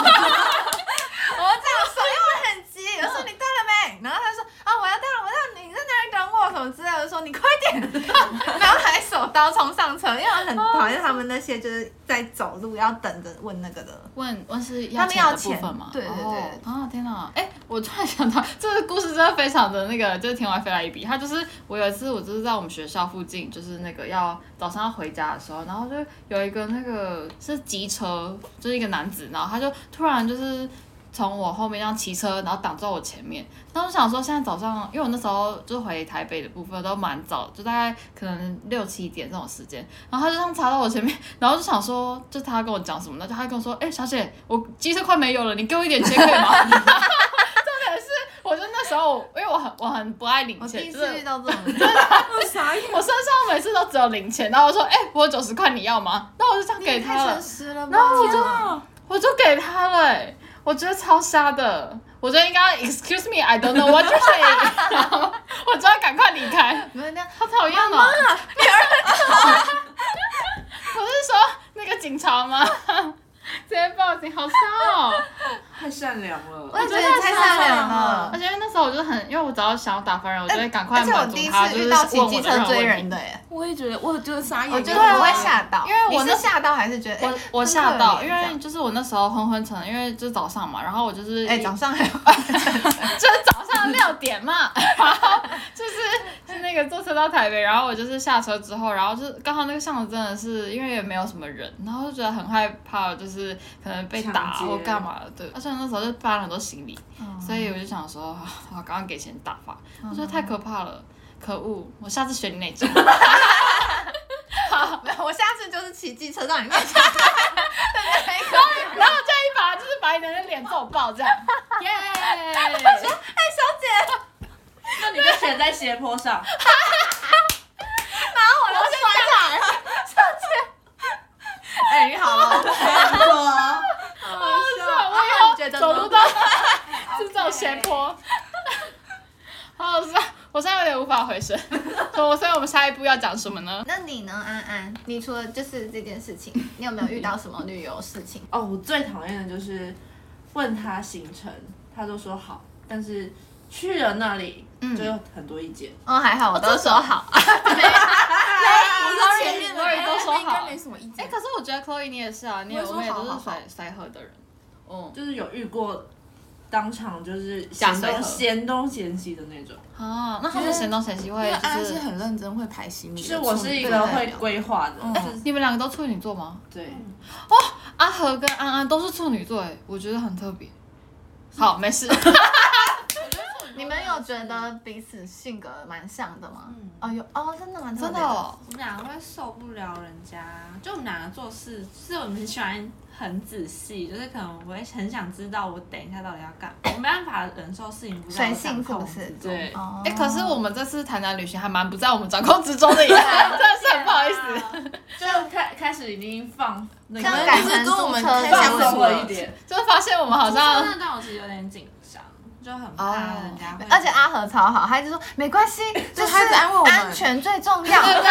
这样说，因为我很急，我说你到了没？然后他就说啊我要到了，我要你在哪里等我什么之类的，我说你快点，然后还手刀冲上车，因为我很讨厌他们那些就是在走路要等着问那个的。问问是他要们钱要的部钱分吗？对对对哦啊天哪！哎、我突然想到， <laughs> 这个故事真的非常的那个， <laughs> 就是天外飞来一笔。他就是我有一次，我就是在我们学校附近，就是那个要早上要回家的时候，然后就有一个那个是机车，就是一个男子，然后他就突然就是。从我后面这样骑车，然后挡在我前面。然后我想说，现在早上，因为我那时候就回台北的部分都蛮早，就大概可能六七点这种时间。然后他就这样插到我前面，然后就想说，就他跟我讲什么呢？就他跟我说，哎、小姐，我机车快没有了，你给我一点钱可以吗？ <laughs> 重点是，我就那时候，因为我很我很不爱零我哦第钱，一就是次遇到这种 <laughs> 人，啥我身上每次都只有零钱，然后我说，哎、我有九十块，你要吗？那我就这样给你他太诚了，实了吧？然后我就天啊我就给他了、哎我觉得超瞎的。我觉得应该要 excuse me，I don't know what you're saying，然 <laughs> 后我就要赶快离开。没有那好讨厌哦！我是说那个警察吗？直接报警，好骚哦！太善良了。我也觉得你太善良而了。且那时候我就很，因为我只要想要打发人，我就会赶快而且我满足第一他，次就是遇问到我骑机的任车何追问人题的。耶，我也觉得，我就是傻眼。我觉得对啊我会吓到，因为我你那是吓到还是觉得我我真吓可到，怜因这为样就是我那时候昏昏沉，因为就是早上嘛，然后我就是哎早上还有 <laughs> 就是早上六点嘛， <laughs> 然后就是是那个坐车到台北，然后我就是下车之后，然后就是刚好那个巷子真的是因为也没有什么人，然后就觉得很害怕，就是可能被打抢劫或干嘛的，对。而且那时候就搬了很多行李，嗯所以我就想说，啊，我刚刚给钱打发，我觉得太可怕了，可恶！我下次选你那 <laughs> 种。没有我下次就是骑机车到你面 <laughs> 前，对对对然后就一把就是把你的那脸揍爆 <laughs> 这样，耶！那你就选在斜坡上，哎你好了， <laughs> 好爽！我啊以觉得后走呢路都 <laughs> 是走斜坡， <laughs> 好好笑。我现在有点无法回神，所以所以我们下一步要讲什么呢？那你呢，安安？你除了就是这件事情，你有没有遇到什么旅游事 <laughs> 情？哦，我最讨厌的就是问他行程，他都说好，但是去了那里就有很多意见。哦，还好我都说好， <laughs> <laughs> 我是前面的， Sorry，都说好应该没什么意见。哎，可是我觉得 Chloe 你也是啊，你也我也说我们也好都好是好随随和的人。嗯就是有遇过当场就是假嫌随和东嫌东嫌西的那种。啊，那他们嫌东嫌西会因为安就哎安是是，很认真会排行李的就是处女，我是一对个对会对规划的，就是你们两个都处女座吗？对，阿和跟安安都是处女座，哎，我觉得很特别。好，没事。你们有觉得彼此性格蛮像的吗？哦，有哦，真的蛮特别嗯真的哦，我们两个会受不了人家，就我们两个做事，就是我们很喜欢很仔细，就是可能我会很想知道我等一下到底要干嘛，我没办法忍受事情不在我随性掌控是不是之中对，哎、哦可是我们这次台南旅行还蛮不在我们掌控之中的耶，真的是很不好意思。思。就开开始已经放那这样个改就是成跟我租们车开上箱放的了松了 <laughs> 一点，就是发 <laughs> 现我们好真的像，对我其实有点紧张，就很怕人家会。而且阿和超好，他一直说没关系，就就是他一直安慰我们安全最重要。然后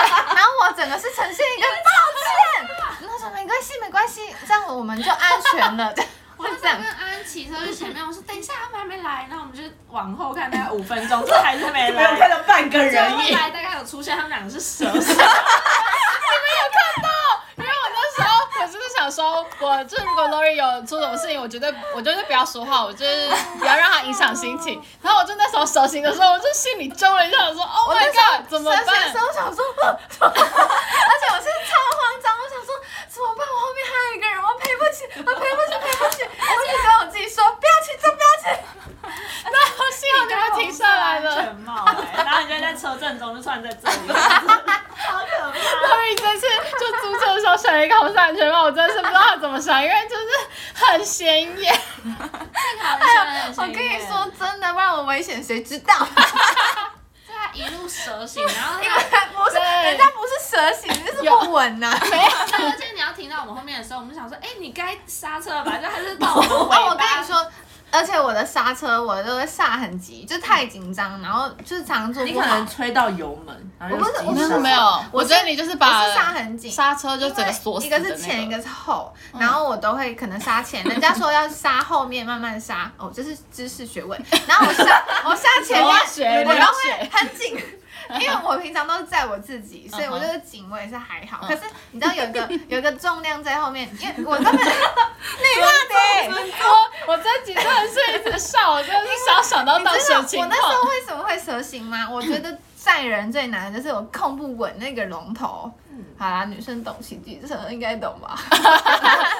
我整个是呈现一个抱歉，然后说没关系没关系，这样我们就安全了。我那是时这候样跟，安安骑车去前面，我说等一下他们还没来，然后我们就往后看，大概五分钟，这还是没没有看来。到半个结果人后影。来大概 <laughs> 有出现他们两个是蛇，因为我那时候我就是想想说，我就如果 Lori 有出什么事情，我绝对我绝对不要说话，我就是不要让他影响心情。然后我就那时候手型的时候，我就心里揪了一下，我说 Oh my god，怎么生气的办时？候我想说，啊怎么办而且我是超慌张，我想说怎么办？我后面还有一个人，我赔不起，我赔不起，赔不起。我就跟我自己说，不要去，真不要去。然后幸好你们停下来安了。全帽、欸，然后你就在车阵中就突然在这 <laughs> 里，好可怕！ Lori 这次就足球的时候选了一个红色安全帽，我真的是不知道他怎么想，因为就是很显眼。哎 <laughs> 我跟你说真的，不然我危险谁知道？就他一路蛇形，然后因他为他不是对人家不是蛇形，这是不稳啊呐。而且你要停到我们后面的时候，我们就想说，哎、你该刹车了吧？就还是到我们尾巴。哦，我跟你，说。而且我的刹车，我都会刹很急，就太紧张，然后就是常做你不可好能。吹到油门，然后就我不是我急不是刹没有，我我是觉得你就是把我是刹很紧，刹车就因为整个嗯锁死一的个那是前，一个是后，然后我都会可能刹 <laughs> 前，人家说要刹后面慢慢刹，哦，这是知识学 <laughs> 问。然后我刹我刹前面，文学我文都学嗯会很 <laughs> 紧，因为我平常都是载我自己，所以我就是紧，我也是还好。可是你知道有一 <laughs> 个有一个重量在后面，因为我根本你妈的。我这几真的是一直笑，我真的是想想到你当知时道的我情那时候况。为什么会蛇形吗？我觉得载人最难的就是我控不稳那个龙头。嗯好啦，女生懂骑机车应该懂吧？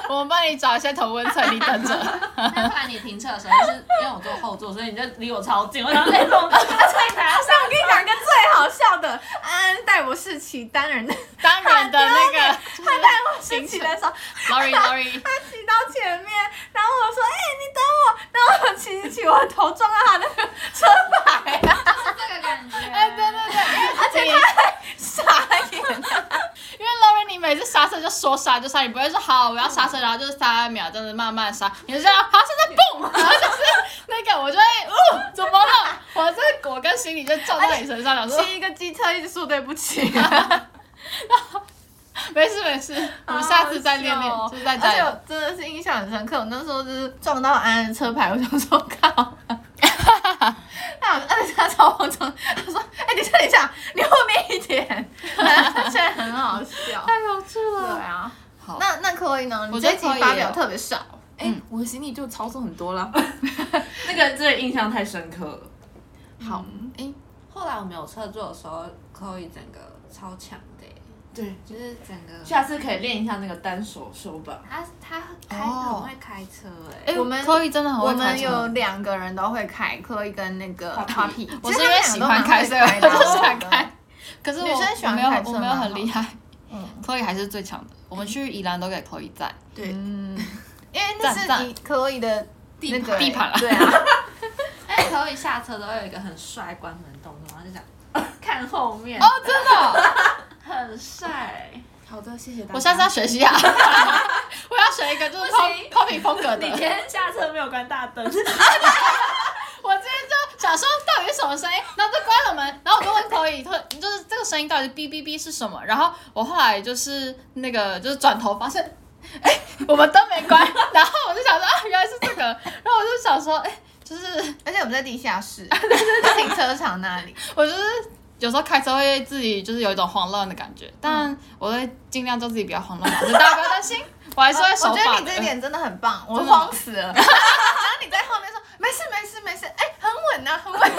我们帮你找一些头温层，你等着。那不然你停车的时候，就是因为我坐后座，所以你就离我超近。我想说，哎、怎么 <laughs> 办在哪上？我跟你讲一个最好笑的，安安带我试骑单 <laughs> 人的，当然的那 <laughs> 个他带我试骑的时候， ，sorry <laughs> sorry，他骑到前面，然后我说：“哎、你等我。”然后我骑一骑，我的头撞到他的车牌，这个感觉，哎，对对对，而且他傻眼。因为 Lori，你每次刹车就说刹就刹，你不会说好我要刹车，然后就是三秒这样子慢慢刹，你就这样，好现在 <laughs> 蹦，然后就是那个我就会，哦，怎么了？我这我跟行李就撞到你身上了，说骑一个机车一直说对不 <laughs> 起，没事没事，我们下次再练练，好好笑哦就是再而且加油。我真的是印象很深刻。我那时候就是撞到安安的车牌，我想说靠。 <laughs> 那我而且他超慌张，他说：“哎、等一下，等一下，你后面一 <laughs> 点。”现在很好笑。有趣对。啊，好那那可以呢？你我觉这得集 Chloe 发也表有特别少，哎、我的行李就超重很多了。那个这个印象太深刻了。好，哎、后来我们有车坐的时候，Chloe 整个超强的、欸对，就是整个下次可以练一下那个单手手把。他他开、哦很会开车哎、哎，我们 Chloe 真的很我会开们有车。两个人都会开，科一跟那个 Poppy Poppy。我是因为喜欢开车，我就想开。。可是我女生喜欢我没有开车我没有蛮好很厉害嗯，Chloe 还是最强的。我们去宜兰都给 Chloe 载，对，嗯， <laughs> 因为那赞是赞你科一的那个 <laughs> 地盘啦对啊，哎、c h l o e 下车都会有一个很帅关门动作，然后就这样看后面，哦， <laughs> 真的，很帅。好的，谢谢大家。我下次要学习 <laughs> 啊！我要学一个就是 pop popping 风格你的今。天下车没有关大灯，我今天就想说到底是什么声音，然后就关了门，然后我就问 Chloe，她就是这个声音到底是哔哔哔是什么？然后我后来就是那个就是转头发现，哎、我们灯没关，然后我就想说啊，原来是这个，然后我就想说，哎、就是而且我们在地下 <laughs> 室，在停车场那里。我就是。有时候开车会自己就是有一种慌乱的感觉，但我会尽量做自己比较慌乱，所以大家不要担心，我还是会我守觉得法你的这一。点真的很 <laughs> 棒，我真的吗慌死了。然后你在后面说没事没事没事，哎、很稳呐、很 <laughs> 稳、啊。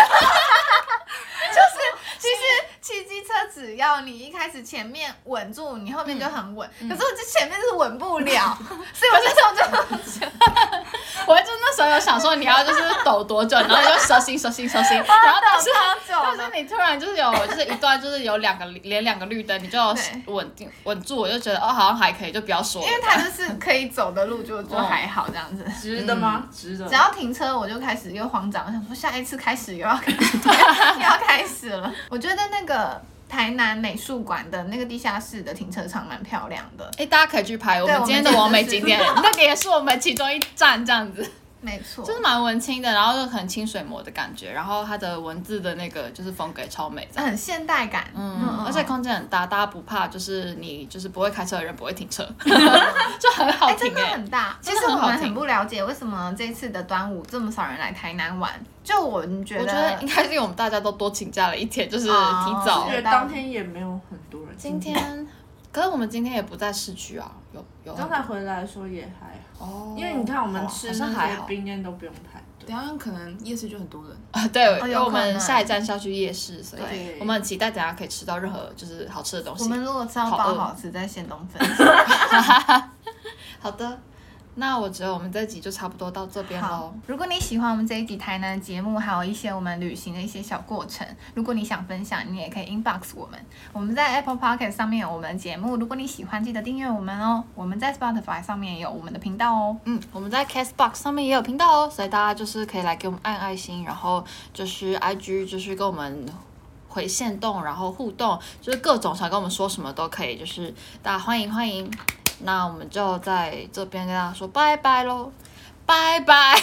就是其实骑机车只要你一开始前面稳住，你后面就很稳。嗯可是我这前面就是稳不 <laughs> 了，所以我就想就嗯我就那时候有想说你要就是抖多久，然后你就蛇形蛇形蛇形，然后但是超久但的。是你突然就是有，就是一段就是有两个连两个绿灯，你就要对稳定稳住，我就觉得哦好像还可以，就不要说了因为它就是可以走的路就，就还好这样子。哦值得吗？嗯值得只。要停车，我就开始又慌张，我想说下一次开 <laughs> 始又要又要开始了。我觉得那个台南美术馆的那个地下室的停车场蛮漂亮的，哎、大家可以去拍我们今天的完美景点，那个也是我们其中一站这样子，没错就。是蛮文青的，然后就很清水模的感觉，然后它的文字的那个就是风格也超美这样。很现代感，嗯，而且空间很大，大家不怕，就是你就是不会开车的人不会 <laughs> 停车， <laughs> 就很好哎、停真的哎、很大。其真的实我很好们停很不了解为什么这次的端午这么少人来台南玩，就我们觉我得觉得应该是因为我们大家都多请假了一天，就是提哦早因为当天也没有很多人。今天可是我们今天也不在市区啊，有有很刚才回来的时候也还好，哦，因为你看我们好啊吃好像那还些好冰店都不用排队。等一下可能夜市就很多人，啊， <laughs> 对，因为哦有我可们能下一站是要去夜市，所以对我们很期待等一下可以吃到任何就是好吃的东西我。们如果吃到好包饿好吃，在县东分享。好的，那我觉得我们这集就差不多到这边喽 <laughs> 好。，如果你喜欢我们这一集台南的节目，还有一些我们旅行的一些小过程，如果你想分享，你也可以 inbox 我们。我们在 Apple Podcast 上面有我们的节目，如果你喜欢，记得订阅我们哦。我们在 Spotify 上面也有我们的频道哦。嗯，我们在 Castbox 上面也有频道哦，所以大家就是可以来给我们按爱心，然后就是 IG 就是跟我们回线动，然后互动，就是各种想跟我们说什么都可以，就是大家欢迎欢迎。 <laughs> 那我们就在这边跟大家说拜拜喽，拜拜。